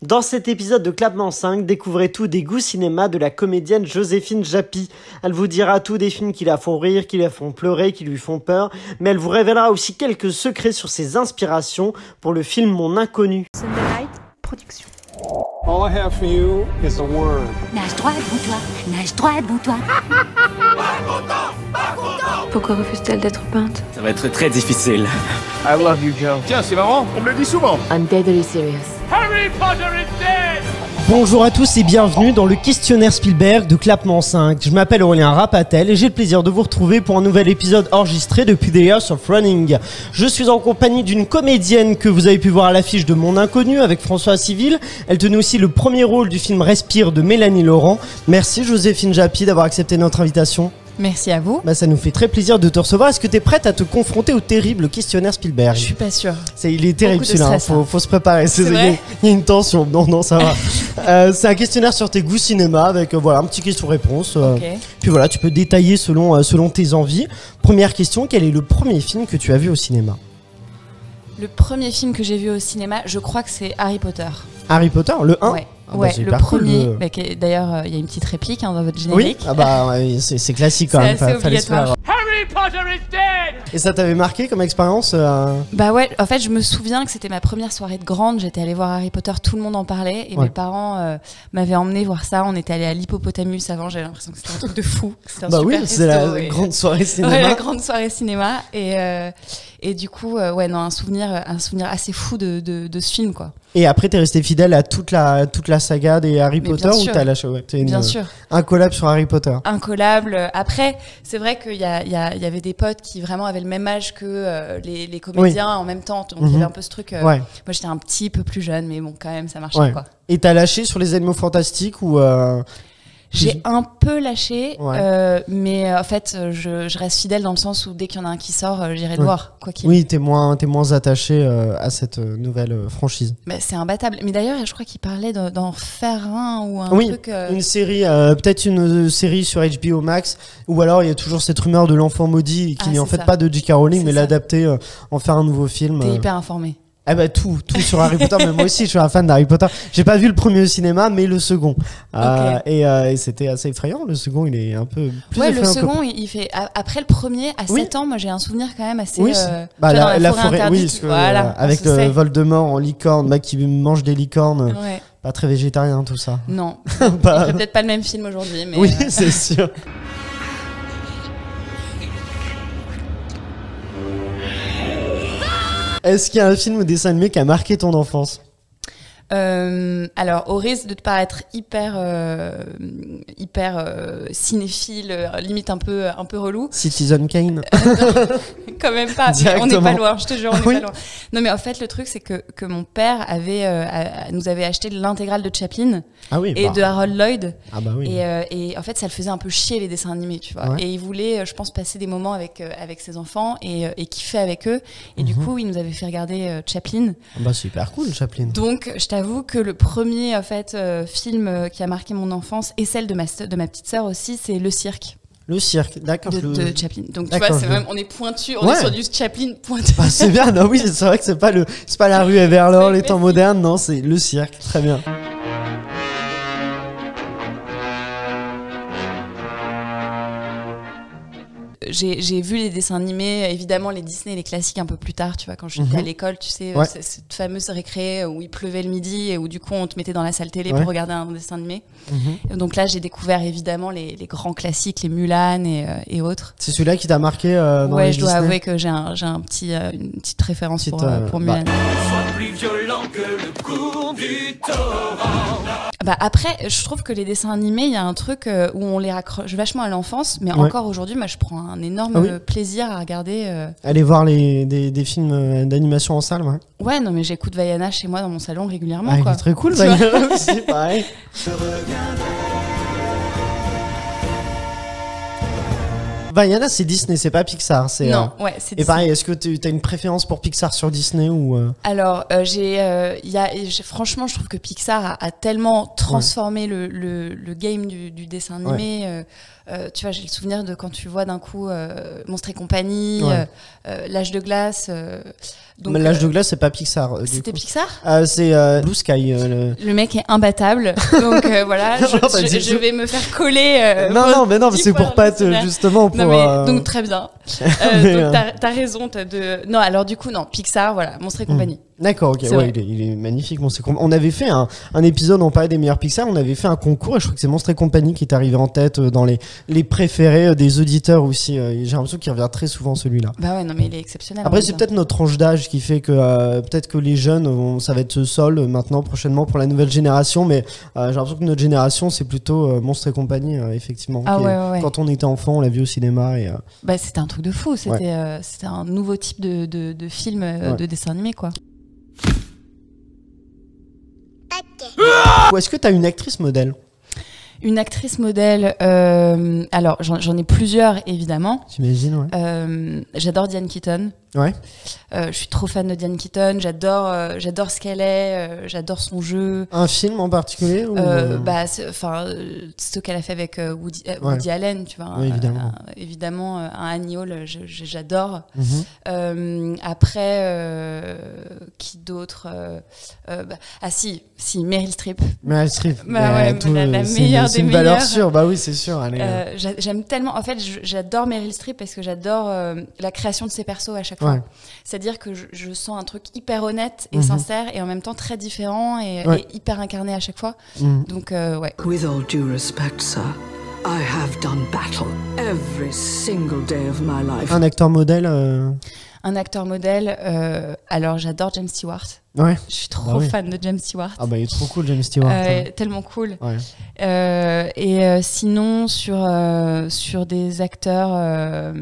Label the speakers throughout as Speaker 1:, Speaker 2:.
Speaker 1: Dans cet épisode de Clapement 5, découvrez tout des goûts cinéma de la comédienne Joséphine Japy. Elle vous dira tout des films qui la font rire, qui la font pleurer, qui lui font peur, mais elle vous révélera aussi quelques secrets sur ses inspirations pour le film Mon Inconnu.
Speaker 2: Sunday Night Production.
Speaker 3: All I have for you is a word.
Speaker 4: Nage droit devant toi, nage droit devant toi.
Speaker 5: Pourquoi refuse-t-elle d'être peinte
Speaker 6: Ça va être très difficile.
Speaker 3: Tiens, c'est marrant, on me le dit souvent.
Speaker 7: I'm deadly serious.
Speaker 1: Bonjour à tous et bienvenue dans le questionnaire Spielberg de Clapement 5. Je m'appelle Aurélien Rapatel et j'ai le plaisir de vous retrouver pour un nouvel épisode enregistré depuis The House of Running. Je suis en compagnie d'une comédienne que vous avez pu voir à l'affiche de Mon Inconnu avec François Civil. Elle tenait aussi le premier rôle du film Respire de Mélanie Laurent. Merci Joséphine Japy d'avoir accepté notre invitation.
Speaker 8: Merci à vous.
Speaker 1: Bah, ça nous fait très plaisir de te recevoir. Est-ce que tu es prête à te confronter au terrible questionnaire Spielberg
Speaker 8: Je suis pas sûre.
Speaker 1: C'est, il est terrible
Speaker 8: Beaucoup de
Speaker 1: celui-là, hein.
Speaker 8: stress,
Speaker 1: faut,
Speaker 8: hein.
Speaker 1: faut se préparer.
Speaker 8: C'est
Speaker 1: il y a-
Speaker 8: vrai
Speaker 1: il y a une tension. Non, non, ça va. Euh, c'est un questionnaire sur tes goûts cinéma avec euh, voilà, un petit question-réponse. euh,
Speaker 8: Ok.
Speaker 1: Puis voilà, tu peux détailler selon, euh, selon tes envies. Première question quel est le premier film que tu as vu au cinéma
Speaker 8: Le premier film que j'ai vu au cinéma, je crois que c'est Harry Potter.
Speaker 1: Harry Potter, le 1
Speaker 8: ouais,
Speaker 1: Ah bah,
Speaker 8: ouais
Speaker 1: c'est
Speaker 8: le
Speaker 1: hyper cool,
Speaker 8: premier.
Speaker 1: le-
Speaker 8: bah, qui est- D'ailleurs, euh, il y a une petite réplique hein, dans votre
Speaker 1: Oui,
Speaker 8: générique.
Speaker 1: ah bah, ouais, c'est, c'est classique quand
Speaker 8: C'est
Speaker 1: même. fa-
Speaker 8: assez
Speaker 1: fallait se
Speaker 8: obligatoire.
Speaker 1: faire. Et ça t'avait marqué comme expérience euh,
Speaker 8: Bah ouais, en fait, je me souviens que c'était ma première soirée de grande. J'étais allée voir Harry Potter, tout le monde en parlait et
Speaker 1: Ouais.
Speaker 8: mes parents euh, m'avaient emmené voir ça. On était allé à l'Hippopotamus avant, j'avais l'impression que c'était un truc de fou. que c'était un
Speaker 1: Bah
Speaker 8: super
Speaker 1: oui, c'est
Speaker 8: resto
Speaker 1: la
Speaker 8: et-
Speaker 1: grande soirée cinéma.
Speaker 8: Ouais, la grande soirée cinéma et euh, et du coup euh, ouais non un souvenir un souvenir assez fou de, de, de ce film quoi
Speaker 1: Et après, t'es resté fidèle à toute la, toute la saga des Harry
Speaker 8: Mais
Speaker 1: Potter
Speaker 8: bien
Speaker 1: ou
Speaker 8: sûr.
Speaker 1: t'as lâché ouais, t'es une- euh,
Speaker 8: bien sûr
Speaker 1: un collab sur Harry Potter
Speaker 8: incollable. Après, c'est vrai qu'il y, a- il y, a- il y avait des potes qui vraiment avaient le même âge que euh, les, les comédiens en même temps. Donc il y
Speaker 1: Mhm.
Speaker 8: avait un peu ce truc. euh,
Speaker 1: Ouais.
Speaker 8: Moi j'étais un petit peu plus jeune, mais bon, quand même, ça marchait
Speaker 1: Ouais.
Speaker 8: quoi.
Speaker 1: Et t'as lâché sur les animaux fantastiques ou euh,
Speaker 8: J'ai un peu lâché,
Speaker 1: Ouais.
Speaker 8: euh, mais euh, en fait, euh, je, je reste fidèle dans le sens où dès qu'il y en a un qui sort, euh, j'irai le
Speaker 1: Ouais.
Speaker 8: voir, quoi qu'il.
Speaker 1: oui, t'es moins t'es moins attaché euh, à cette euh, nouvelle euh, franchise.
Speaker 8: Mais c'est imbattable. Mais d'ailleurs, je crois qu'il parlait d'en- d'en faire un ou un
Speaker 1: Oui,
Speaker 8: truc. euh,
Speaker 1: Une série, euh, peut-être une euh, série sur HBO Max, ou alors il y a toujours cette rumeur de l'enfant maudit qui
Speaker 8: Ah,
Speaker 1: n'est en
Speaker 8: c'est
Speaker 1: fait
Speaker 8: ça.
Speaker 1: pas de J.K. Rowling,
Speaker 8: C'est
Speaker 1: mais
Speaker 8: ça.
Speaker 1: l'adapter, euh, en faire un nouveau film.
Speaker 8: T'es
Speaker 1: euh.
Speaker 8: hyper informé.
Speaker 1: Ah bah tout, tout sur Harry Potter. Mais moi aussi, je suis un fan d'Harry Potter. J'ai pas vu le premier au cinéma, mais le second. Euh, et euh, et c'était assez effrayant. Le second, il est un peu plus
Speaker 8: ouais, le
Speaker 1: effrayant que-
Speaker 8: second, il il fait. a- Après le premier, à
Speaker 1: Oui.
Speaker 8: 7 ans, moi j'ai un souvenir quand même assez.
Speaker 1: Oui,
Speaker 8: euh,
Speaker 1: c'est-
Speaker 8: tu
Speaker 1: bah,
Speaker 8: vois, dans
Speaker 1: la, la forêt, oui,
Speaker 8: interdite,
Speaker 1: parce que,
Speaker 8: voilà,
Speaker 1: euh,
Speaker 8: on
Speaker 1: avec
Speaker 8: se
Speaker 1: euh,
Speaker 8: sait.
Speaker 1: Voldemort en licorne, bah, qui mange des licornes,
Speaker 8: Ouais.
Speaker 1: pas très végétarien tout ça.
Speaker 8: Non,
Speaker 1: Bah,
Speaker 8: c'est peut-être pas le même film aujourd'hui, mais
Speaker 1: oui,
Speaker 8: euh,
Speaker 1: c'est sûr. Est-ce qu'il y a un film ou dessin animé qui a marqué ton enfance
Speaker 8: euh, alors au risque de te paraître hyper euh, hyper euh, cinéphile, euh, limite un peu un peu relou,
Speaker 1: Citizen Kane
Speaker 8: Euh, quand même pas. mais On n'est
Speaker 1: Directement.
Speaker 8: pas loin, je te jure, on
Speaker 1: Ah
Speaker 8: n'est
Speaker 1: oui.
Speaker 8: pas loin. Non mais en fait le truc c'est que que mon père avait euh, a- nous avait acheté l'intégrale de Chaplin
Speaker 1: Ah oui,
Speaker 8: et
Speaker 1: bah,
Speaker 8: de Harold Lloyd
Speaker 1: ah bah oui.
Speaker 8: Et, euh, et en fait, ça le faisait un peu chier les dessins animés, tu vois.
Speaker 1: Ouais.
Speaker 8: Et il voulait, euh, je pense, passer des moments avec euh, avec ses enfants et, euh, et kiffer avec eux. Et
Speaker 1: Mhm.
Speaker 8: du coup, il nous avait fait regarder euh, Chaplin.
Speaker 1: Ah Bah c'est hyper cool Chaplin.
Speaker 8: Donc, je t'avoue que le premier en fait euh, film euh, qui a marqué mon enfance et celle de ma sœur- de ma petite sœur aussi, c'est Le Cirque
Speaker 1: Le cirque, d'accord.
Speaker 8: de,
Speaker 1: je le-
Speaker 8: de Chaplin. Donc, tu
Speaker 1: D'accord,
Speaker 8: vois, c'est
Speaker 1: je-
Speaker 8: même on est pointu, on
Speaker 1: Ouais.
Speaker 8: est sur du Chaplin pointu.
Speaker 1: Bah, c'est bien, non, oui, c'est vrai que c'est pas le, c'est pas la rue et vers l'or,
Speaker 8: Mais-
Speaker 1: les temps
Speaker 8: mais-
Speaker 1: modernes, non, c'est le cirque, très bien.
Speaker 8: J'ai j'ai vu les dessins animés, évidemment les Disney, les classiques un peu plus tard, tu vois, quand j'étais
Speaker 1: Mhm.
Speaker 8: à l'école, tu sais,
Speaker 1: Ouais.
Speaker 8: c'est- cette fameuse récré où il pleuvait le midi et où du coup on te mettait dans la salle télé
Speaker 1: Ouais. Mhm.
Speaker 8: pour regarder un dessin animé. Et Donc là, j'ai découvert évidemment les, les grands classiques, les Mulan et, euh, et autres.
Speaker 1: C'est celui-là qui t'a marqué euh, dans
Speaker 8: ouais,
Speaker 1: les
Speaker 8: je dois
Speaker 1: Disney.
Speaker 8: avouer que j'ai un, j'ai un petit, euh, une petite référence
Speaker 1: Petite,
Speaker 8: pour, euh,
Speaker 1: euh,
Speaker 8: pour
Speaker 1: bah.
Speaker 8: Mulan. Bah après, je trouve que les dessins animés, il y a un truc euh, où on les raccroche vachement à l'enfance, mais
Speaker 1: Ouais.
Speaker 8: encore aujourd'hui, moi, je prends un énorme
Speaker 1: Ah oui.
Speaker 8: euh, plaisir à regarder. euh,
Speaker 1: Aller voir les, des, des films euh, d'animation en salle, ouais.
Speaker 8: Ouais, non, mais j'écoute Vaiana chez moi dans mon salon régulièrement,
Speaker 1: Ah, il
Speaker 8: quoi.
Speaker 1: est très cool,
Speaker 8: Tu
Speaker 1: ça,
Speaker 8: vois
Speaker 1: aussi, pareil. Vaiana, c'est Disney, c'est pas Pixar. C'est, euh,
Speaker 8: Non, ouais, c'est
Speaker 1: Et
Speaker 8: Disney.
Speaker 1: pareil, est-ce que tu as une préférence pour Pixar sur Disney ou euh,
Speaker 8: Alors, euh, j'ai, euh, il y a, et j'ai- franchement, je trouve que Pixar a, a tellement transformé le, le, le game du, du dessin animé. euh, euh, tu vois, j'ai le souvenir de quand tu vois d'un coup euh, Monstre et compagnie,
Speaker 1: Ouais.
Speaker 8: euh, euh, L'âge de glace. euh, donc,
Speaker 1: Mais L'âge de
Speaker 8: euh,
Speaker 1: glace, c'est pas Pixar. euh, du
Speaker 8: C'était
Speaker 1: coup.
Speaker 8: Pixar
Speaker 1: Ah, c'est euh, Blue Sky. euh, le-
Speaker 8: le mec est imbattable, donc euh, voilà, je,
Speaker 1: Non, bah,
Speaker 8: je-
Speaker 1: dis-
Speaker 8: je vais me faire coller. euh,
Speaker 1: non, non, mais non, mais c'est
Speaker 8: dix fois
Speaker 1: pour pas
Speaker 8: le
Speaker 1: te-
Speaker 8: personnage.
Speaker 1: justement pour.
Speaker 8: Non mais
Speaker 1: euh,
Speaker 8: donc très bien. Euh,
Speaker 1: Mais, euh,
Speaker 8: donc t'as t'as raison t'as de non alors du coup non Pixar voilà Monstre
Speaker 1: Hmm.
Speaker 8: et compagnie.
Speaker 1: D'accord, ok.
Speaker 8: C'est
Speaker 1: Ouais,
Speaker 8: vrai.
Speaker 1: il, est, il est magnifique. Monstre et Com- On avait fait un, un épisode, on parlait des meilleurs Pixar, on avait fait un concours et je crois que c'est Monstre et Compagnie qui est arrivé en tête euh, dans les, les préférés euh, des auditeurs aussi. euh, et J'ai l'impression qu'il revient très souvent celui-là.
Speaker 8: Bah ouais non mais il est exceptionnel. en
Speaker 1: Après,
Speaker 8: même
Speaker 1: c'est
Speaker 8: temps.
Speaker 1: peut-être notre tranche d'âge qui fait que euh, peut-être que les jeunes, vont- ça va être ce sol euh, maintenant, prochainement pour la nouvelle génération, mais euh, j'ai l'impression que notre génération, c'est plutôt euh, Monstre et Compagnie, euh, effectivement.
Speaker 8: Ah
Speaker 1: qui est-
Speaker 8: ouais, ouais, ouais.
Speaker 1: Quand on était enfant, on l'a vu au cinéma et. euh,
Speaker 8: Bah, c'était un truc de fou. C'était
Speaker 1: Ouais.
Speaker 8: euh, c'était un nouveau type de, de, de film, euh,
Speaker 1: Ouais.
Speaker 8: de dessin animé, quoi.
Speaker 1: Ou est-ce que t'as une actrice modèle
Speaker 8: Une actrice modèle, euh, alors j'en j'en ai plusieurs évidemment.
Speaker 1: J'imagine, ouais.
Speaker 8: Euh, j'adore Diane Keaton.
Speaker 1: Ouais.
Speaker 8: Euh, je suis trop fan de Diane Keaton. J'adore euh, j'adore ce qu'elle est. euh, j'adore son jeu.
Speaker 1: Un film en particulier ou,
Speaker 8: Euh,
Speaker 1: euh,
Speaker 8: bah, ce- enfin, euh, ce qu'elle a fait avec euh, Woody, euh,
Speaker 1: Ouais.
Speaker 8: Woody Allen, tu vois.
Speaker 1: Ouais, évidemment.
Speaker 8: Un- un- évidemment, euh, un Annie Hall, je- je- j'adore.
Speaker 1: mhm.
Speaker 8: Euh, après, euh, qui d'autre euh, euh, bah, Ah si, si, Meryl Streep.
Speaker 1: Meryl Streep.
Speaker 8: Bah ouais,
Speaker 1: tout,
Speaker 8: la- la
Speaker 1: euh, c'est
Speaker 8: meilleure
Speaker 1: une- C'est
Speaker 8: des
Speaker 1: une valeur
Speaker 8: meilleures.
Speaker 1: sûre, bah oui, c'est sûr. elle est, euh,
Speaker 8: Euh, j'a- J'aime tellement. En fait, je- j'adore Meryl Streep parce que j'adore euh, la création de ses persos à chaque
Speaker 1: euh, Ouais.
Speaker 8: fois. C'est-à-dire que je, je sens un truc hyper honnête et
Speaker 1: Mhm.
Speaker 8: sincère et en même temps très différent et,
Speaker 1: Ouais.
Speaker 8: et hyper incarné à chaque fois.
Speaker 1: mhm.
Speaker 8: Donc euh, ouais.
Speaker 2: With all due respect, sir, I have done battle every single day of my life.
Speaker 1: Un acteur modèle. euh,
Speaker 8: Un acteur modèle. euh, alors j'adore James Stewart.
Speaker 1: Ouais.
Speaker 8: Je suis trop
Speaker 1: Bah oui.
Speaker 8: fan de James Stewart.
Speaker 1: Ah bah il est trop cool, James Stewart.
Speaker 8: Euh,
Speaker 1: hein.
Speaker 8: tellement cool.
Speaker 1: Ouais.
Speaker 8: Euh, et euh, sinon, sur, euh, sur des acteurs, euh,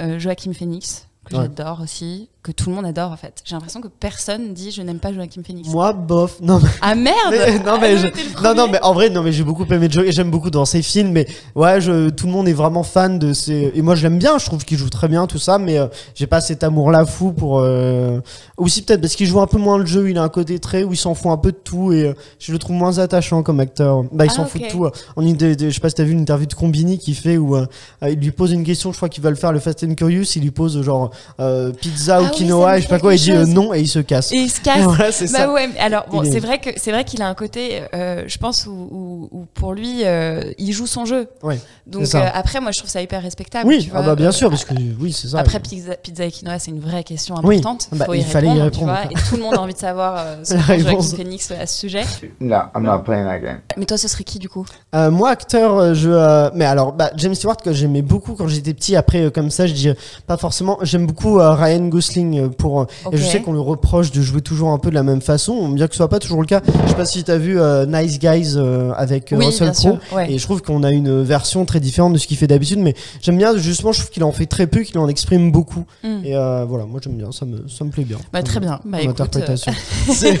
Speaker 8: euh, Joachim Phoenix, que
Speaker 1: Ouais.
Speaker 8: j'adore aussi, que tout le monde adore en fait. J'ai l'impression que personne dit je n'aime pas Joachim Phoenix.
Speaker 1: Moi, bof. Non, mais,
Speaker 8: Ah merde
Speaker 1: mais- non, mais
Speaker 8: Ah,
Speaker 1: je-
Speaker 8: t'es le
Speaker 1: non, non,
Speaker 8: premier.
Speaker 1: mais en vrai, non, mais j'ai beaucoup aimé Joe et j'aime beaucoup dans ses films. Mais ouais, je, tout le monde est vraiment fan de ses. Et moi, je l'aime bien. Je trouve qu'il joue très bien tout ça, mais euh, j'ai pas cet amour-là fou pour. euh, Aussi peut-être parce qu'il joue un peu moins le jeu. Il a un côté très où il s'en fout un peu de tout et euh, je le trouve moins attachant comme acteur. Bah, il
Speaker 8: Ah,
Speaker 1: s'en fout de
Speaker 8: ok.
Speaker 1: tout. On je sais pas si t'as vu une interview de Combini qui fait où euh, euh, il lui pose une question. Je crois qu'ils veulent faire le Fast and Curious. Il lui pose euh, genre euh, pizza
Speaker 8: Ah
Speaker 1: ou
Speaker 8: oui, ça
Speaker 1: quinoa et
Speaker 8: me
Speaker 1: je sais pas quoi. Il
Speaker 8: quelque
Speaker 1: dit euh,
Speaker 8: chose.
Speaker 1: non et il se casse.
Speaker 8: Et il se casse.
Speaker 1: Voilà, c'est
Speaker 8: Bah
Speaker 1: ça.
Speaker 8: ouais, mais alors bon,
Speaker 1: Il est-
Speaker 8: c'est vrai que c'est vrai qu'il a un côté, euh, je pense, où, où- où pour lui, euh, il joue son jeu.
Speaker 1: Ouais,
Speaker 8: Donc
Speaker 1: ça.
Speaker 8: euh, après, moi, je trouve ça hyper respectable.
Speaker 1: Oui,
Speaker 8: tu
Speaker 1: ah
Speaker 8: vois. euh,
Speaker 1: bah bien sûr, parce que oui, c'est ça.
Speaker 8: Après, pizza, pizza et quinoa, c'est une vraie question
Speaker 1: Oui,
Speaker 8: importante.
Speaker 1: bah,
Speaker 8: Faut
Speaker 1: il
Speaker 8: y
Speaker 1: fallait y
Speaker 8: répondre,
Speaker 1: répondre,
Speaker 8: tu vois, et tout le monde a envie de savoir euh, ce
Speaker 1: La
Speaker 8: que pense Joaquin
Speaker 1: réponse.
Speaker 8: Phoenix à ce sujet.
Speaker 6: No, I'm not playing that game.
Speaker 8: Mais toi, ce serait qui du coup
Speaker 1: Euh, moi, acteur, euh, je. euh, mais alors, bah, James Stewart que j'aimais beaucoup quand j'étais petit. Après, euh, comme ça, je dis euh, pas forcément. J'aime beaucoup euh, Ryan Gosling euh, pour. euh,
Speaker 8: Ok.
Speaker 1: Et je sais qu'on lui reproche de jouer toujours un peu de la même façon, bien que ce soit pas toujours le cas. Je sais pas si t'as vu euh, Nice Guys euh, avec euh,
Speaker 8: Oui,
Speaker 1: Russell
Speaker 8: bien sûr,
Speaker 1: Crowe.
Speaker 8: ouais.
Speaker 1: Et je trouve qu'on a une version très différente de ce qu'il fait d'habitude, mais j'aime bien justement. Je trouve qu'il en fait très peu, qu'il en exprime beaucoup.
Speaker 8: Mm.
Speaker 1: Et euh, voilà, moi j'aime bien. Ça me, ça me plaît bien.
Speaker 8: Bah, très
Speaker 1: Comme-
Speaker 8: bien. Bah,
Speaker 1: comme
Speaker 8: écoute,
Speaker 1: interprétation. C'est-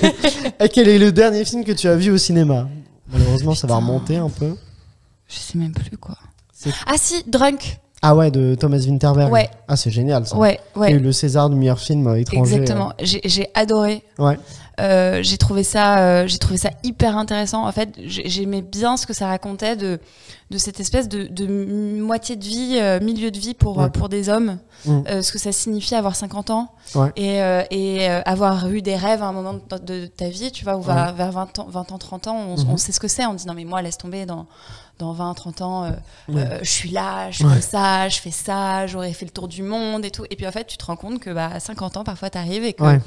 Speaker 1: Et Quel est le dernier film que tu as vu au cinéma Malheureusement, ça va
Speaker 8: Putain.
Speaker 1: remonter un peu.
Speaker 8: Je sais même plus quoi.
Speaker 1: C'est-
Speaker 8: Ah si, Drunk.
Speaker 1: Ah ouais, de Thomas Winterberg.
Speaker 8: Ouais.
Speaker 1: Ah, c'est génial ça.
Speaker 8: Ouais,
Speaker 1: Il y a
Speaker 8: ouais.
Speaker 1: eu le César du meilleur film euh, étranger.
Speaker 8: Exactement. J'ai j'ai adoré.
Speaker 1: euh, Ouais.
Speaker 8: Euh, j'ai trouvé ça, euh, j'ai trouvé ça hyper intéressant. En fait, j'ai- j'aimais bien ce que ça racontait de de cette espèce de, de moitié de vie, euh, milieu de vie pour
Speaker 1: Ouais.
Speaker 8: euh, pour des hommes.
Speaker 1: Mm.
Speaker 8: Euh, ce que ça signifie avoir 50 ans
Speaker 1: Ouais.
Speaker 8: et, euh, et euh, avoir eu des rêves à un moment de, de ta vie, tu vois, ou vers, vers 20 ans, 20 ans, 30 ans, on,
Speaker 1: Mhm.
Speaker 8: on sait ce que c'est. On dit non mais moi laisse tomber dans dans 20, 30 ans, euh,
Speaker 1: Ouais.
Speaker 8: euh, je suis là, je fais ça, je fais ça, j'aurais fait le tour du monde et tout. Et puis en fait, tu te rends compte que bah, à 50 ans, parfois, t'arrives et que,
Speaker 1: Ouais.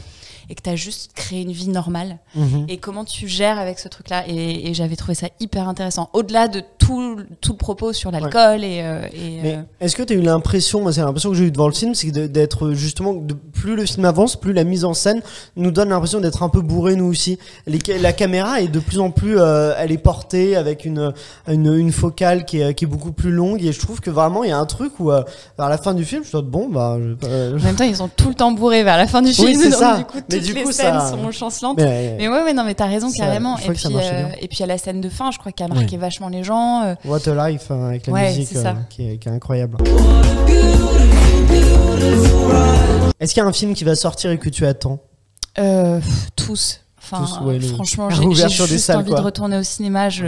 Speaker 8: et que t'as juste créé une vie normale.
Speaker 1: Mhm.
Speaker 8: Et comment tu gères avec ce truc-là Et, et j'avais trouvé ça hyper intéressant. Au-delà de tout, tout le propos sur l'alcool et, euh, et,
Speaker 1: Mais
Speaker 8: euh,
Speaker 1: est-ce que tu as eu l'impression, moi c'est l'impression que j'ai eu devant le film, c'est de- d'être euh, justement, de, plus le film avance, plus la mise en scène nous donne l'impression d'être un peu bourré nous aussi. Les ca- la caméra est de plus en plus, euh, elle est portée avec une, une, une focale qui est, qui est beaucoup plus longue et je trouve que vraiment il y a un truc où euh, vers la fin du film je suis en mode, bon bah... je- euh,
Speaker 8: en même temps, ils ont tout le temps bourré vers la fin du film.
Speaker 1: Oui, c'est
Speaker 8: donc
Speaker 1: ça.
Speaker 8: Du coup, toutes
Speaker 1: Mais du
Speaker 8: les
Speaker 1: coup,
Speaker 8: scènes
Speaker 1: ça-
Speaker 8: sont chancelantes.
Speaker 1: mais-
Speaker 8: Mais ouais, ouais, non, mais t'as raison,
Speaker 1: Ça-
Speaker 8: carrément.
Speaker 1: je
Speaker 8: Et
Speaker 1: crois que ça
Speaker 8: puis,
Speaker 1: marchait
Speaker 8: euh,
Speaker 1: bien.
Speaker 8: et puis à la scène de fin, je crois qu'elle a marqué vachement les gens. vraiment. euh,
Speaker 1: What a Life euh, avec la
Speaker 8: Ouais,
Speaker 1: musique
Speaker 8: c'est ça.
Speaker 1: euh, qui, est, qui est incroyable. Est-ce qu'il y a un film qui va sortir et que tu attends
Speaker 8: euh, pff, tous. Enfin,
Speaker 1: Tous, ouais,
Speaker 8: euh,
Speaker 1: les-
Speaker 8: franchement,
Speaker 1: la
Speaker 8: j'ai j'ai
Speaker 1: réouverture
Speaker 8: juste
Speaker 1: des salles,
Speaker 8: envie
Speaker 1: quoi.
Speaker 8: de retourner au cinéma. Je,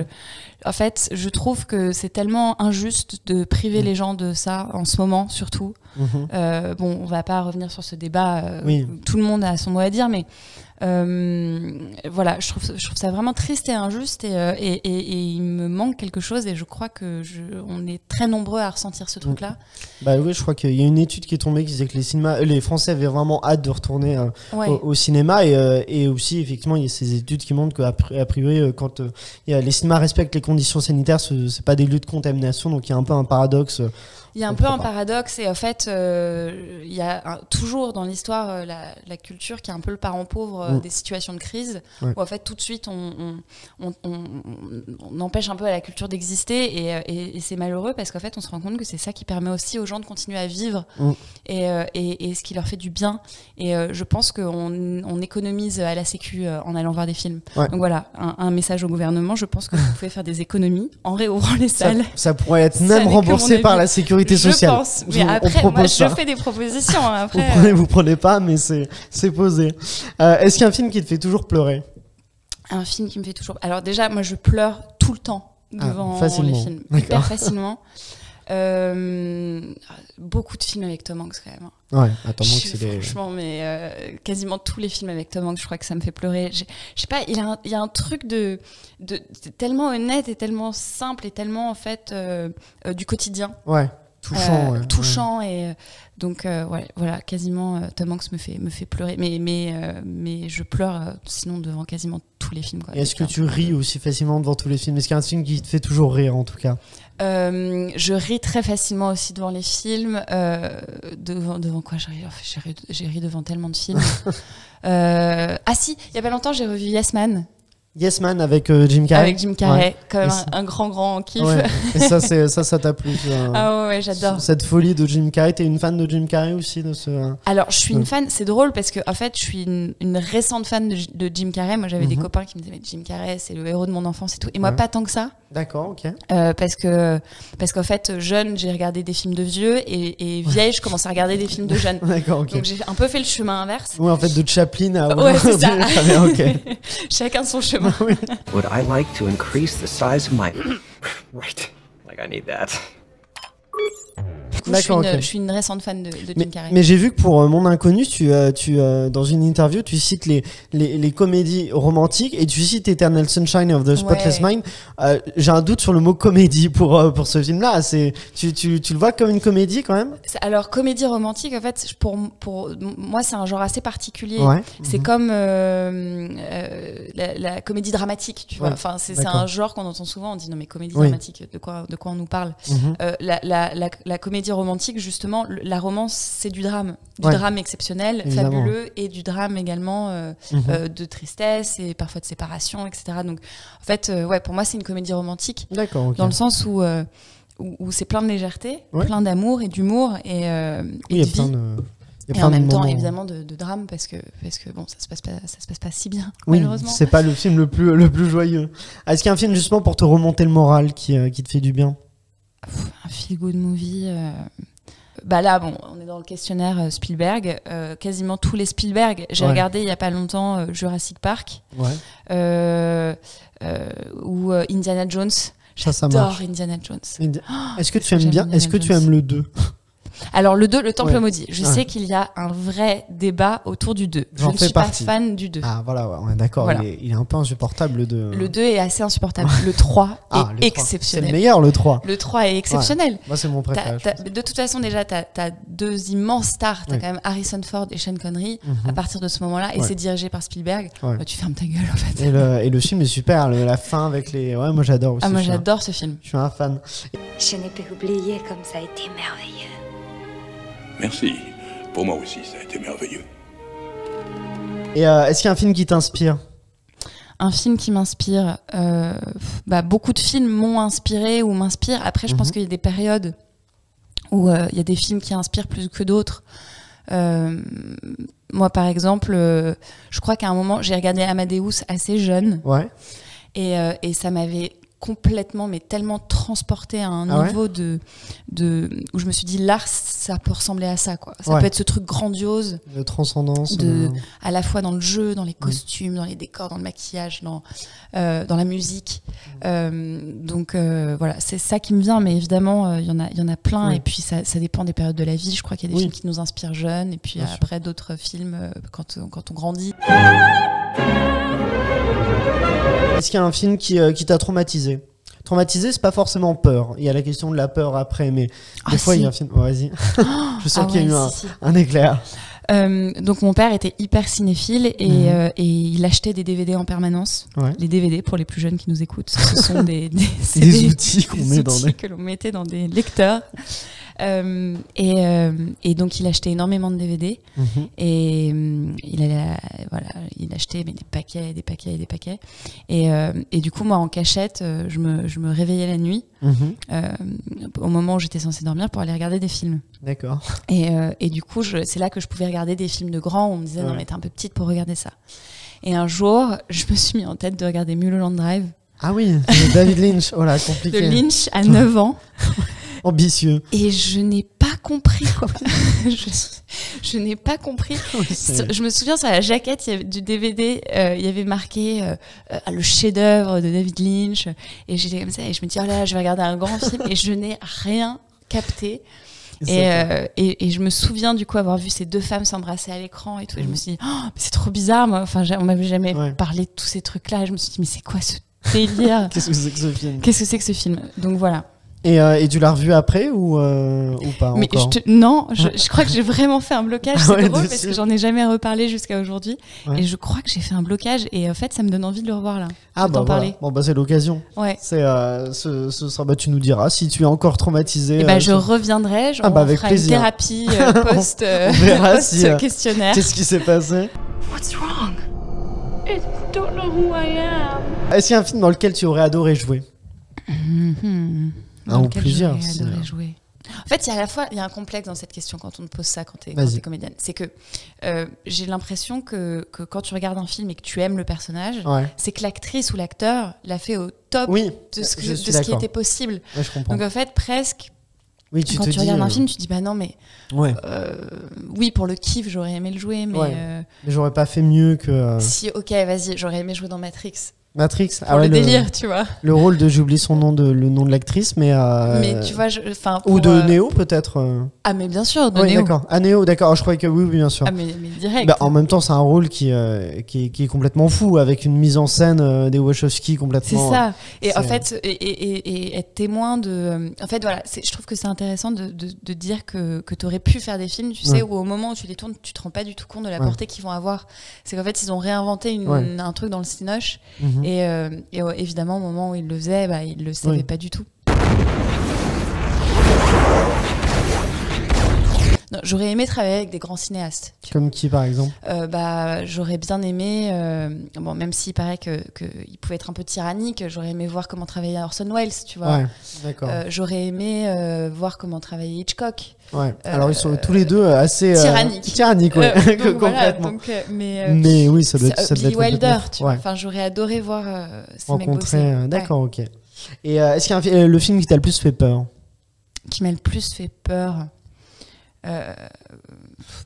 Speaker 8: en fait, je trouve que c'est tellement injuste de
Speaker 1: Mm.
Speaker 8: priver les gens de ça en ce moment, surtout.
Speaker 1: Mhm.
Speaker 8: Euh, bon, on va pas revenir sur ce débat. euh,
Speaker 1: Oui.
Speaker 8: Tout le monde a son mot à dire, mais euh, voilà, je trouve, je trouve ça vraiment triste et injuste, et, euh, et, et- et il me manque quelque chose, et je crois que je, on est très nombreux à ressentir
Speaker 1: Mm.
Speaker 8: ce truc-là.
Speaker 1: Bah oui, je crois qu'il y a une étude qui est tombée qui disait que les, cinémas, euh, les Français avaient vraiment hâte de retourner euh,
Speaker 8: Ouais.
Speaker 1: au, au cinéma et, euh, et aussi effectivement il y a ces études qui montrent qu'à pri- a priori euh, quand euh, il y a- les cinémas respectent les conditions sanitaires, ce c'est pas des lieux de contamination donc il y a un peu un paradoxe. euh,
Speaker 8: Il y a un
Speaker 1: On
Speaker 8: peu
Speaker 1: comprend
Speaker 8: un
Speaker 1: pas.
Speaker 8: paradoxe et en fait, euh, il y a un- toujours dans l'histoire euh, la, la culture qui est un peu le parent pauvre euh,
Speaker 1: Mm.
Speaker 8: des situations de crise,
Speaker 1: Ouais.
Speaker 8: où en fait tout de suite on, on, on, on- on empêche un peu à la culture d'exister et, euh, et- et c'est malheureux parce qu'en fait on se rend compte que c'est ça qui permet aussi aux gens de continuer à vivre
Speaker 1: Mm.
Speaker 8: et, euh, et, et ce qui leur fait du bien. Et euh, je pense qu'on on économise à la Sécu euh, en allant voir des films.
Speaker 1: Ouais.
Speaker 8: Donc voilà, un, un message au gouvernement, je pense que vous pouvez faire des économies en réouvrant les
Speaker 1: Ça,
Speaker 8: salles.
Speaker 1: ça pourrait être
Speaker 8: Ça n'est
Speaker 1: même
Speaker 8: que mon
Speaker 1: remboursé
Speaker 8: avis.
Speaker 1: par la sécurité sociale.
Speaker 8: Je pense, mais
Speaker 1: On- on
Speaker 8: après, moi,
Speaker 1: propose ça.
Speaker 8: je fais des propositions. hein,
Speaker 1: Vous
Speaker 8: Après,
Speaker 1: prenez, vous prenez pas, mais c'est c'est posé. Euh, Est-ce qu'il y a un film qui te fait toujours pleurer
Speaker 8: un film qui me fait toujours. Alors déjà, moi, je pleure tout le temps
Speaker 1: Ah,
Speaker 8: devant les
Speaker 1: facilement.
Speaker 8: films,
Speaker 1: D'accord.
Speaker 8: hyper facilement. Euh, beaucoup de films avec Tom Hanks quand même. hein.
Speaker 1: Ouais, attends,
Speaker 8: Je-
Speaker 1: moi que c'est des-
Speaker 8: Franchement, mais euh, quasiment tous les films avec Tom Hanks, je crois que ça me fait pleurer. J'ai- Je sais pas, il y a un, il y a un truc de, de, de- tellement honnête et tellement simple et tellement en fait euh, euh, du quotidien,
Speaker 1: Ouais, touchant.
Speaker 8: Euh,
Speaker 1: ouais,
Speaker 8: touchant et euh, donc euh, ouais, voilà quasiment euh, Tom Hanks me fait me fait pleurer mais mais euh, mais je pleure euh, sinon devant quasiment tous les films quoi. euh,
Speaker 1: ouais. Et Est-ce que tu ris aussi facilement devant tous les films Est-ce qu'il y a un film qui te fait toujours rire en tout cas
Speaker 8: Euh, je ris très facilement aussi devant les films euh, devant devant quoi j'ai ri, Enfin, j'ai ri- j'ai ri devant tellement de films Euh, ah si il y a pas longtemps j'ai revu Yes Man
Speaker 1: Yes Man avec euh, Jim Carrey.
Speaker 8: avec Jim Carrey quand même
Speaker 1: Et
Speaker 8: un,
Speaker 1: c'est-
Speaker 8: un grand grand kiff
Speaker 1: Ouais. Et ça, c'est ça, ça t'a plu. euh,
Speaker 8: ah ouais, ouais j'adore
Speaker 1: Cette folie de Jim Carrey. T'es une fan de Jim Carrey aussi de ce. euh,
Speaker 8: Alors, je suis
Speaker 1: Ouais.
Speaker 8: une fan, c'est drôle parce que, en fait, je suis une, une récente fan de, J- de Jim Carrey. Moi, j'avais des
Speaker 1: Mhm.
Speaker 8: copains qui me disaient, mais Jim Carrey, c'est le héros de mon enfance et tout. Et moi,
Speaker 1: Ouais.
Speaker 8: pas tant que ça,
Speaker 1: D'accord, ok.
Speaker 8: euh, parce que, parce qu'en fait, jeune, j'ai regardé des films de vieux et, et vieille, je commençais à regarder des films de jeunes.
Speaker 1: D'accord, ok.
Speaker 8: Donc, j'ai un peu fait le chemin inverse.
Speaker 1: Ouais, en fait, de Chaplin à.
Speaker 8: Ouais, c'est ça.
Speaker 1: Ah, bien, ok.
Speaker 8: Chacun son chemin.
Speaker 7: Would I like to increase the size of my. right. Like, I need that.
Speaker 8: Du coup, je suis,
Speaker 1: D'accord,
Speaker 8: une,
Speaker 1: ok.
Speaker 8: je suis une récente fan de, de
Speaker 1: Mais,
Speaker 8: Jim Carrey.
Speaker 1: mais j'ai vu que pour euh, Monde Inconnu, tu, euh, tu, euh, dans une interview, tu cites les, les, les comédies romantiques et tu cites Eternal Sunshine of the Spotless
Speaker 8: Ouais.
Speaker 1: Mind. Euh, j'ai un doute sur le mot comédie pour, euh, pour ce film-là. C'est, tu, tu, tu le vois comme une comédie quand même
Speaker 8: C'est- Alors, comédie romantique, en fait, je- pour, pour moi, c'est un genre assez particulier.
Speaker 1: Ouais. Mhm.
Speaker 8: C'est comme euh, euh, la, la comédie dramatique, tu vois.
Speaker 1: Ouais,
Speaker 8: Enfin, c'est c'est
Speaker 1: d'accord.
Speaker 8: un genre qu'on entend souvent. On dit non mais comédie
Speaker 1: Oui.
Speaker 8: dramatique, de quoi, de quoi on nous parle
Speaker 1: Mhm.
Speaker 8: Euh, la, la, la, la comédie romantique, justement, le- la romance, c'est du drame, du
Speaker 1: Ouais.
Speaker 8: drame exceptionnel,
Speaker 1: Évidemment.
Speaker 8: fabuleux, et du drame également euh,
Speaker 1: Mhm.
Speaker 8: euh, de tristesse et parfois de séparation, etc. Donc, en fait, euh, ouais, pour moi, c'est une comédie romantique
Speaker 1: D'accord, ok.
Speaker 8: dans le sens où euh, où, où c'est plein de légèreté,
Speaker 1: Ouais.
Speaker 8: plein d'amour et d'humour et, euh, et
Speaker 1: Oui, il y
Speaker 8: de
Speaker 1: a plein
Speaker 8: vie.
Speaker 1: de. il y a
Speaker 8: Et
Speaker 1: plein
Speaker 8: en
Speaker 1: de
Speaker 8: même temps,
Speaker 1: moments.
Speaker 8: évidemment, de, de drame parce que parce que bon, ça se passe pas, ça se passe pas si bien
Speaker 1: Oui,
Speaker 8: malheureusement.
Speaker 1: c'est pas le film le plus, le plus joyeux. Est-ce qu'il y a un film justement pour te remonter le moral qui, euh, qui te fait du bien
Speaker 8: Un feel good movie. euh, Bah là, bon, on est dans le questionnaire euh, Spielberg. euh, quasiment tous les Spielberg. J'ai
Speaker 1: Ouais.
Speaker 8: regardé il y a pas longtemps euh, Jurassic Park
Speaker 1: Ouais.
Speaker 8: euh, euh, ou euh, Indiana Jones.
Speaker 1: Ça, ça
Speaker 8: J'adore Indiana Jones.
Speaker 1: Est-ce que tu
Speaker 8: qu'est-ce que
Speaker 1: aimes bien
Speaker 8: Oh, j'aime
Speaker 1: Est-ce que tu
Speaker 8: Indiana
Speaker 1: aimes le 2
Speaker 8: Alors le 2, le Temple
Speaker 1: Ouais.
Speaker 8: maudit. Je
Speaker 1: Ouais.
Speaker 8: sais qu'il y a un vrai débat autour du 2. Je
Speaker 1: J'en
Speaker 8: ne
Speaker 1: fais
Speaker 8: suis
Speaker 1: partie.
Speaker 8: pas fan du 2.
Speaker 1: Ah voilà, ouais, on est d'accord.
Speaker 8: Voilà.
Speaker 1: Il, est, il est un peu insupportable le 2.
Speaker 8: Le 2 est assez insupportable. Le 3
Speaker 1: Ah, le
Speaker 8: est
Speaker 1: 3. C'est le
Speaker 8: exceptionnel.
Speaker 1: meilleur le 3.
Speaker 8: Le 3 est exceptionnel.
Speaker 1: Moi c'est mon
Speaker 8: T'as-
Speaker 1: préféré.
Speaker 8: t'as- de toute façon, déjà, tu as, deux immenses stars. Tu as
Speaker 1: Ouais.
Speaker 8: quand même Harrison Ford et Sean Connery
Speaker 1: Mhm.
Speaker 8: à partir de ce moment-là. Et
Speaker 1: Ouais.
Speaker 8: c'est dirigé par Spielberg.
Speaker 1: Ouais.
Speaker 8: Bah, tu fermes ta gueule, en fait.
Speaker 1: Et le, et le film est super, le- la fin avec les... Ouais, moi j'adore aussi.
Speaker 8: Ah, moi,
Speaker 1: je suis un-
Speaker 8: j'adore ce film.
Speaker 1: Je suis un fan.
Speaker 4: Je n'ai pas oublié comme ça a été merveilleux.
Speaker 9: Merci. Pour moi aussi, ça a été merveilleux.
Speaker 1: Et euh, est-ce qu'il y a un film qui t'inspire
Speaker 8: Un film qui m'inspire. euh, pff, bah, beaucoup de films m'ont inspiré ou m'inspirent. Après, je pense
Speaker 1: Mhm.
Speaker 8: qu'il y a des périodes où euh, il y a des films qui inspirent plus que d'autres. Euh, moi, par exemple, euh, je crois qu'à un moment, j'ai regardé Amadeus assez jeune.
Speaker 1: Ouais.
Speaker 8: Et, euh, et ça m'avait complètement, mais tellement transportée à un
Speaker 1: Ah ouais
Speaker 8: niveau de, de. où je me suis dit, l'art, ça peut ressembler à ça, quoi. Ça
Speaker 1: Ouais.
Speaker 8: peut être ce truc grandiose,
Speaker 1: De transcendance.
Speaker 8: De-
Speaker 1: euh,
Speaker 8: à la fois dans le jeu, dans les
Speaker 1: Mm.
Speaker 8: costumes, dans les décors, dans le maquillage, dans, euh, dans la musique.
Speaker 1: Mm.
Speaker 8: Euh, donc euh, voilà, c'est ça qui me vient, mais évidemment, euh, il y en a il y en a plein,
Speaker 1: Oui.
Speaker 8: et puis ça, ça dépend des périodes de la vie. Je crois qu'il y a des
Speaker 1: Oui.
Speaker 8: films qui nous inspirent jeunes, et puis
Speaker 1: Bien sûr.
Speaker 8: après d'autres films euh, quand, on- quand on grandit.
Speaker 1: Est-ce qu'il y a un film qui, euh, qui t'a traumatisé Traumatisé, c'est pas forcément peur. Il y a la question de la peur après, mais
Speaker 8: Ah,
Speaker 1: des fois, il y a un
Speaker 8: si.
Speaker 1: film. Oh, vas-y. Je sens
Speaker 8: Ah
Speaker 1: qu'il y a eu
Speaker 8: ouais,
Speaker 1: un,
Speaker 8: si, si.
Speaker 1: un éclair.
Speaker 8: Euh, donc mon père était hyper cinéphile et,
Speaker 1: Mhm.
Speaker 8: euh, et il achetait des DVD en permanence.
Speaker 1: Ouais.
Speaker 8: Les DVD pour les plus jeunes qui nous écoutent, ce sont des, des, c'est
Speaker 1: Des outils qu'on
Speaker 8: des
Speaker 1: met dans
Speaker 8: outils
Speaker 1: des-
Speaker 8: que l'on mettait dans des lecteurs. Euh, et, euh, et donc il achetait énormément de DVD
Speaker 1: Mhm.
Speaker 8: et euh, il allait à- voilà il achetait mais des paquets des paquets et des paquets et, euh, et du coup moi en cachette euh, je me, je me réveillais la nuit
Speaker 1: Mhm.
Speaker 8: euh, au moment où j'étais censée dormir pour aller regarder des films
Speaker 1: D'accord.
Speaker 8: et, euh, et du coup, je- c'est là que je pouvais regarder des films de grands. où On me disait, non,
Speaker 1: Ouais.
Speaker 8: mais t'es un peu petite pour regarder ça. Et un jour, je me suis mis en tête de regarder Mulholland Drive
Speaker 1: Ah oui, de David Lynch. Oh là,
Speaker 8: de
Speaker 1: compliqué.
Speaker 8: Lynch à 9 ans.
Speaker 1: Ambitieux.
Speaker 8: Et je n'ai pas compris, quoi. je je n'ai pas compris.
Speaker 1: Oui, c'est-
Speaker 8: Je me souviens sur la jaquette il y avait- du DVD, euh, il y avait marqué euh, euh, le chef-d'œuvre de David Lynch. Et j'étais comme ça et je me dis oh là, là, je vais regarder un grand film et je n'ai rien capté.
Speaker 1: c'est-
Speaker 8: Et, euh, et, et je me souviens du coup avoir vu ces deux femmes s'embrasser à l'écran et tout. Et je me suis dit, oh, mais c'est trop bizarre, moi. Enfin, j'ai- on m'avait jamais
Speaker 1: Mhm. Ouais.
Speaker 8: parlé de tous ces trucs-là. Et je me suis dit, mais c'est quoi ce délire
Speaker 1: Qu'est-ce que c'est que ce film
Speaker 8: Qu'est-ce que c'est que ce film Donc voilà.
Speaker 1: et, euh, et tu l'as revu après ou, euh, ou pas
Speaker 8: Mais
Speaker 1: encore
Speaker 8: je te- non, je, je crois que j'ai vraiment fait un blocage. C'est
Speaker 1: Ouais,
Speaker 8: drôle parce
Speaker 1: dessus.
Speaker 8: que j'en ai jamais reparlé jusqu'à aujourd'hui.
Speaker 1: Ouais.
Speaker 8: Et je crois que j'ai fait un blocage. Et en fait, ça me donne envie de le revoir là.
Speaker 1: Ah
Speaker 8: de
Speaker 1: bah voilà.
Speaker 8: t'en parler.
Speaker 1: Bon bah c'est l'occasion.
Speaker 8: Ouais.
Speaker 1: C'est euh, ce, ce sera bah tu nous diras si tu es encore traumatisé.
Speaker 8: Et
Speaker 1: euh,
Speaker 8: bah, je
Speaker 1: sur-
Speaker 8: reviendrai. Je,
Speaker 1: Ah bah,
Speaker 8: on
Speaker 1: avec
Speaker 8: fera
Speaker 1: plaisir.
Speaker 8: une thérapie euh, post, euh,
Speaker 1: On verra si, euh,
Speaker 8: questionnaire.
Speaker 1: Qu'est-ce qui s'est passé
Speaker 2: What's wrong?
Speaker 1: Est-ce qu'il y a Ah, un film dans lequel tu aurais adoré jouer
Speaker 8: Mhm.
Speaker 1: Un
Speaker 8: Dans
Speaker 1: Ah, ou
Speaker 8: lequel
Speaker 1: plusieurs,
Speaker 8: j'aurais
Speaker 1: c'est-
Speaker 8: adoré jouer. En fait, il y a à la fois il y a un complexe dans cette question quand on te pose ça quand t'es quand
Speaker 1: Vas-y.
Speaker 8: t'es comédienne. C'est que euh, j'ai l'impression que, que quand tu regardes un film et que tu aimes le personnage,
Speaker 1: Ouais.
Speaker 8: c'est que l'actrice ou l'acteur l'a fait au
Speaker 1: Ah.
Speaker 8: top
Speaker 1: Oui.
Speaker 8: de ce, que-
Speaker 1: je
Speaker 8: de
Speaker 1: suis
Speaker 8: ce qui
Speaker 1: d'accord.
Speaker 8: était possible.
Speaker 1: Ouais, je comprends.
Speaker 8: Donc en fait, presque
Speaker 1: oui, tu
Speaker 8: quand
Speaker 1: te
Speaker 8: tu
Speaker 1: dis,
Speaker 8: regardes un
Speaker 1: euh,
Speaker 8: film, tu dis bah non mais
Speaker 1: Ouais.
Speaker 8: euh, oui pour le kiff j'aurais aimé le jouer, mais
Speaker 1: Ouais.
Speaker 8: euh,
Speaker 1: Mais j'aurais pas fait mieux que euh,
Speaker 8: si ok vas-y j'aurais aimé jouer dans Matrix
Speaker 1: Matrix.
Speaker 8: pour le, délire tu vois.
Speaker 1: Ah le rôle de j'oublie son nom de le nom de l'actrice, mais. euh,
Speaker 8: mais tu vois je- enfin
Speaker 1: Ou
Speaker 8: pour,
Speaker 1: de
Speaker 8: euh,
Speaker 1: Neo peut-être. euh.
Speaker 8: Ah mais bien sûr de
Speaker 1: Oui,
Speaker 8: Neo.
Speaker 1: d'accord. Ah Neo, d'accord. Je croyais que oui, oui, bien sûr.
Speaker 8: Ah mais, mais direct.
Speaker 1: Bah, en même temps, c'est un rôle qui, euh, qui, est- qui est complètement fou, avec une mise en scène euh, des Wachowski
Speaker 8: C'est
Speaker 1: complètement.
Speaker 8: ça. Et en
Speaker 1: c'est-
Speaker 8: fait, et, et- et- et être témoin de. euh, En fait, voilà, c'est- je trouve que c'est intéressant de, de- de dire que, que tu aurais pu faire des films, tu
Speaker 1: Ouais.
Speaker 8: sais, où au moment où tu les tournes, tu te rends pas du tout compte de la
Speaker 1: Ouais.
Speaker 8: portée qu'ils vont avoir. C'est qu'en fait, ils ont réinventé une-
Speaker 1: Ouais.
Speaker 8: un truc dans le cinoche.
Speaker 1: Mhm.
Speaker 8: Et, euh, et, euh, évidemment, au moment où ils le faisaient, bah, ils le savaient
Speaker 1: Oui.
Speaker 8: pas du tout. Non, J'aurais aimé travailler avec des grands cinéastes.
Speaker 1: Comme qui, par exemple
Speaker 8: Euh, bah, j'aurais bien aimé, euh, bon, même s'il paraît que qu'il pouvait être un peu tyrannique, j'aurais aimé voir comment travaillait Orson Welles, tu vois.
Speaker 1: Ouais, d'accord.
Speaker 8: Euh, j'aurais aimé euh, voir comment travaillait Hitchcock.
Speaker 1: ouais. Alors, ils sont tous les deux assez. euh,
Speaker 8: euh, tyranniques.
Speaker 1: tyranniques, ouais,
Speaker 8: Euh,
Speaker 1: complètement.
Speaker 8: donc voilà, donc, euh, mais euh,
Speaker 1: Mais oui, ça doit être.
Speaker 8: euh,
Speaker 1: Ça doit être
Speaker 8: Billy
Speaker 1: complètement
Speaker 8: Wilder,
Speaker 1: fou.
Speaker 8: tu vois.
Speaker 1: Ouais.
Speaker 8: Enfin, j'aurais adoré voir euh, ces mecs
Speaker 1: Rencontrer.
Speaker 8: bosser.
Speaker 1: euh,
Speaker 8: Ouais.
Speaker 1: D'accord, ok. Et euh, est-ce qu'il y a un fi- euh, le film qui t'a le plus fait peur
Speaker 8: Qui m'a le plus fait peur. Euh,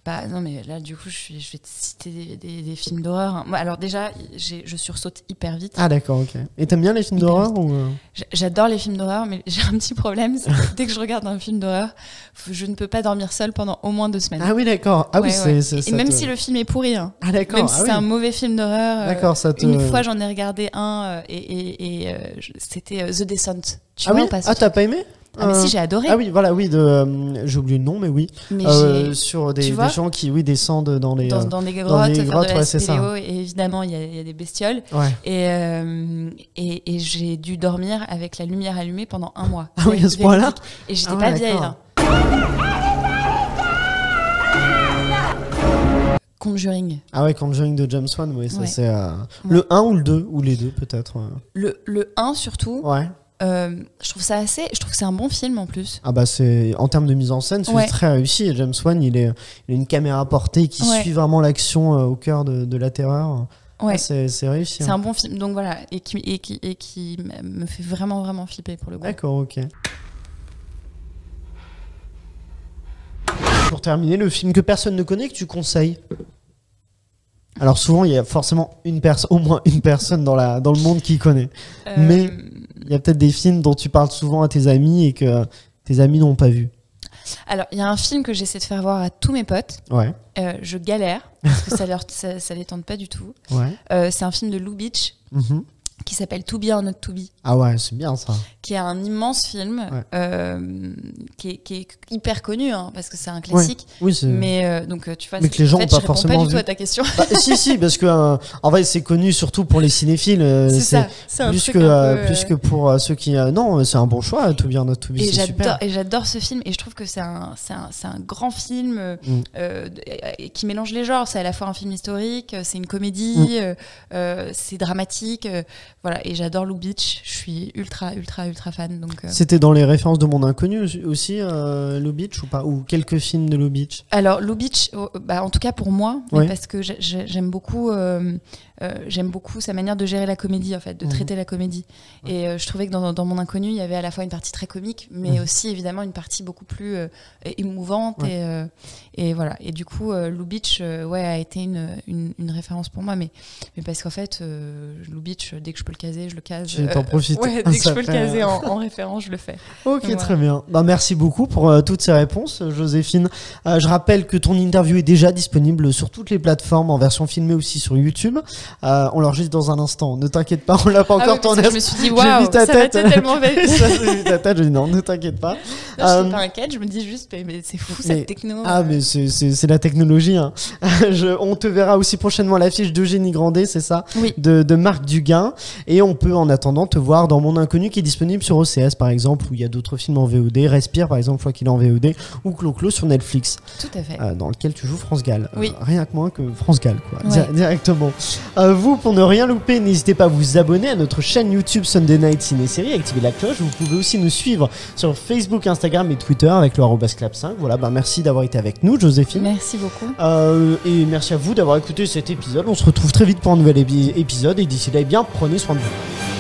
Speaker 8: bah, non mais là du coup je, suis- je vais te citer des, des- des films d'horreur. hein. Moi, alors déjà j'ai- je sursaute hyper vite.
Speaker 1: Ah, d'accord, ok. Et t'aimes bien les films d'horreur ou... euh
Speaker 8: J- J'adore les films d'horreur, mais j'ai un petit problème. c'est que dès que je regarde un film d'horreur, f- je ne peux pas dormir seule pendant au moins deux semaines.
Speaker 1: Ah, oui, d'accord. Ah, oui,
Speaker 8: Ouais,
Speaker 1: c'est.
Speaker 8: ouais.
Speaker 1: c'est-
Speaker 8: Et
Speaker 1: ça
Speaker 8: même
Speaker 1: te-
Speaker 8: si le film est pourri, hein.
Speaker 1: Ah, d'accord.
Speaker 8: même
Speaker 1: ah
Speaker 8: si
Speaker 1: oui.
Speaker 8: c'est un mauvais film d'horreur. euh,
Speaker 1: D'accord, ça te.
Speaker 8: Une fois, j'en ai regardé un euh, et, et- et, euh, je- c'était euh, The Descent. Tu
Speaker 1: ah,
Speaker 8: vois
Speaker 1: oui
Speaker 8: ou pas ce
Speaker 1: Ah,
Speaker 8: truc
Speaker 1: t'as pas aimé
Speaker 8: Ah, mais
Speaker 1: Euh,
Speaker 8: si, j'ai adoré.
Speaker 1: Ah oui, voilà, oui, de, euh, j'ai oublié le nom, mais oui,
Speaker 8: Mais
Speaker 1: Euh,
Speaker 8: j'ai-
Speaker 1: sur des,
Speaker 8: tu vois
Speaker 1: des gens qui, oui, descendent dans les.
Speaker 8: dans,
Speaker 1: euh,
Speaker 8: dans des grottes,
Speaker 1: les
Speaker 8: faire
Speaker 1: grottes,
Speaker 8: de la
Speaker 1: ouais, c'est ça.
Speaker 8: spéléo, et évidemment, il y, a- il y a des bestioles.
Speaker 1: Ouais.
Speaker 8: Et, euh, et, et j'ai dû dormir avec la lumière allumée pendant un mois.
Speaker 1: Ah oui, à ce
Speaker 8: Véridique.
Speaker 1: point-là
Speaker 8: Et j'étais
Speaker 1: Ah ouais,
Speaker 8: pas vieille.
Speaker 1: d'accord.
Speaker 8: hein. Conjuring.
Speaker 1: Ah ouais, Conjuring de James Wan, oui, ça
Speaker 8: Ouais.
Speaker 1: c'est. euh, Le 1 ou le 2, ou les deux peut-être. euh.
Speaker 8: Le, le 1 surtout,
Speaker 1: Ouais.
Speaker 8: euh, je trouve ça assez. Je trouve que c'est un bon film en plus.
Speaker 1: Ah bah c'est en termes de mise en scène, c'est
Speaker 8: Ouais.
Speaker 1: très réussi. Et James Wan, il est, il a une caméra portée qui
Speaker 8: Ouais.
Speaker 1: suit vraiment l'action euh, au cœur de, de la terreur.
Speaker 8: Ouais.
Speaker 1: Ah, c'est c'est réussi.
Speaker 8: C'est
Speaker 1: hein.
Speaker 8: un bon film, donc voilà, et qui, et qui, et qui m- me fait vraiment, vraiment flipper pour le coup.
Speaker 1: D'accord, ok. Pour terminer, le film que personne ne connaît que tu conseilles Alors souvent, il y a forcément une personne, au moins une personne dans, la, dans le monde qui connaît.
Speaker 8: Euh,
Speaker 1: Mais- Il y a peut-être des films dont tu parles souvent à tes amis et que tes amis n'ont pas vu.
Speaker 8: Alors, il y a un film que j'essaie de faire voir à tous mes potes.
Speaker 1: Ouais,
Speaker 8: Euh, je galère, parce que ça, leur, ça, ça les tente pas du tout.
Speaker 1: ouais.
Speaker 8: Euh, c'est un film de Lou Beach
Speaker 1: Mhm.
Speaker 8: qui s'appelle To Be or Not To Be,
Speaker 1: Ah ouais, c'est bien ça.
Speaker 8: qui est un immense film
Speaker 1: Ouais.
Speaker 8: euh, qui, est, qui est hyper connu, hein, parce que c'est un classique.
Speaker 1: Oui, c'est...
Speaker 8: Mais euh, donc, euh, tu vois,
Speaker 1: Mais
Speaker 8: c'est-
Speaker 1: que les gens
Speaker 8: en fait,
Speaker 1: ont pas
Speaker 8: je réponds
Speaker 1: forcément
Speaker 8: pas du tout
Speaker 1: vu.
Speaker 8: à ta question.
Speaker 1: Bah, si, si, parce que euh, en vrai, c'est connu surtout pour les cinéphiles. euh,
Speaker 8: c'est ça. C'est un
Speaker 1: Plus
Speaker 8: truc
Speaker 1: que,
Speaker 8: un
Speaker 1: euh,
Speaker 8: peu,
Speaker 1: plus
Speaker 8: euh,
Speaker 1: que pour euh, ceux qui. euh, non, c'est un bon choix, To Be or Not To Be,
Speaker 8: Et
Speaker 1: c'est super.
Speaker 8: j'adore, et j'adore ce film et je trouve que c'est un, c'est un, c'est un grand film euh,
Speaker 1: Mm.
Speaker 8: euh, de- et- et qui mélange les genres. C'est à la fois un film historique, euh, c'est une comédie,
Speaker 1: Mm.
Speaker 8: euh, euh, c'est dramatique, euh, voilà. Et j'adore Lou Beach. Je suis ultra, ultra, ultra fan. Donc, euh.
Speaker 1: C'était dans les références de Monde Inconnu aussi- aussi, euh, Lubitsch ou pas Ou quelques films de Lubitsch
Speaker 8: alors Lou Beach, oh, bah, en tout cas pour moi, mais
Speaker 1: Ouais.
Speaker 8: parce que j'ai- j'ai- j'aime beaucoup, euh, euh, j'aime beaucoup sa manière de gérer la comédie en fait, de
Speaker 1: Mhm.
Speaker 8: traiter la comédie. Et euh, je trouvais que dans, dans Mon Inconnu, il y avait à la fois une partie très comique, mais aussi évidemment une partie beaucoup plus euh, émouvante.
Speaker 1: Mhm. Ouais.
Speaker 8: Et, euh, et voilà. Et du coup, euh, Lou Beach, euh, ouais, a été une, une, une référence pour moi, mais, mais parce qu'en fait, euh, Lou Beach, dès que je peux le caser, je le case. euh,
Speaker 1: Tu t'en profites.
Speaker 8: ouais, dès que je
Speaker 1: Ça
Speaker 8: peux le
Speaker 1: fait-
Speaker 8: caser en, en référence, je le fais.
Speaker 1: Ok,
Speaker 8: Voilà.
Speaker 1: très bien. Bah, merci beaucoup pour euh, toutes ces réponses, euh, Joséphine. Euh, je rappelle que ton interview est déjà disponible sur toutes les plateformes, en version filmée aussi sur YouTube. Euh, on l'enregistre dans un instant. Ne t'inquiète pas, on l'a pas encore
Speaker 8: Ah oui, parce que
Speaker 1: tourné.
Speaker 8: je me suis dit,
Speaker 1: J'ai
Speaker 8: waouh,
Speaker 1: vu ta
Speaker 8: ça va
Speaker 1: tête.
Speaker 8: tellement
Speaker 1: Et
Speaker 8: vite.
Speaker 1: ça, j'ai vu ta tête, j'ai dit non, ne t'inquiète pas.
Speaker 8: Non, je
Speaker 1: Euh,
Speaker 8: dis pas inquiète, je me dis juste, mais, mais c'est fou
Speaker 1: mais-
Speaker 8: cette techno. euh.
Speaker 1: Ah, mais c'est- c'est c'est la technologie. hein. Je- on te verra aussi prochainement à l'affiche d'Eugénie Grandet, c'est ça
Speaker 8: Oui.
Speaker 1: de, de Marc Duguin. Et on peut en attendant te voir dans Mon Inconnu qui est disponible sur OCS par exemple, où il y a d'autres films en VOD, Respire par exemple, je crois qu'il est en VOD, ou Clo-Clo sur Netflix,
Speaker 8: Tout à fait.
Speaker 1: euh, dans lequel tu joues France Gall. Euh,
Speaker 8: Oui.
Speaker 1: rien que moins que France Gall, quoi.
Speaker 8: Ouais.
Speaker 1: Di- directement. Euh, vous, pour ne rien louper, n'hésitez pas à vous abonner à notre chaîne YouTube Sunday Night Ciné Série, activer la cloche. Vous pouvez aussi nous suivre sur Facebook, Instagram et Twitter avec le arobase clap5. Voilà, bah, merci d'avoir été avec nous, Joséphine.
Speaker 8: Merci beaucoup.
Speaker 1: Euh, et merci à vous d'avoir écouté cet épisode. On se retrouve très vite pour un nouvel épi- épisode. Et d'ici là, eh bien, prenez soin de vous.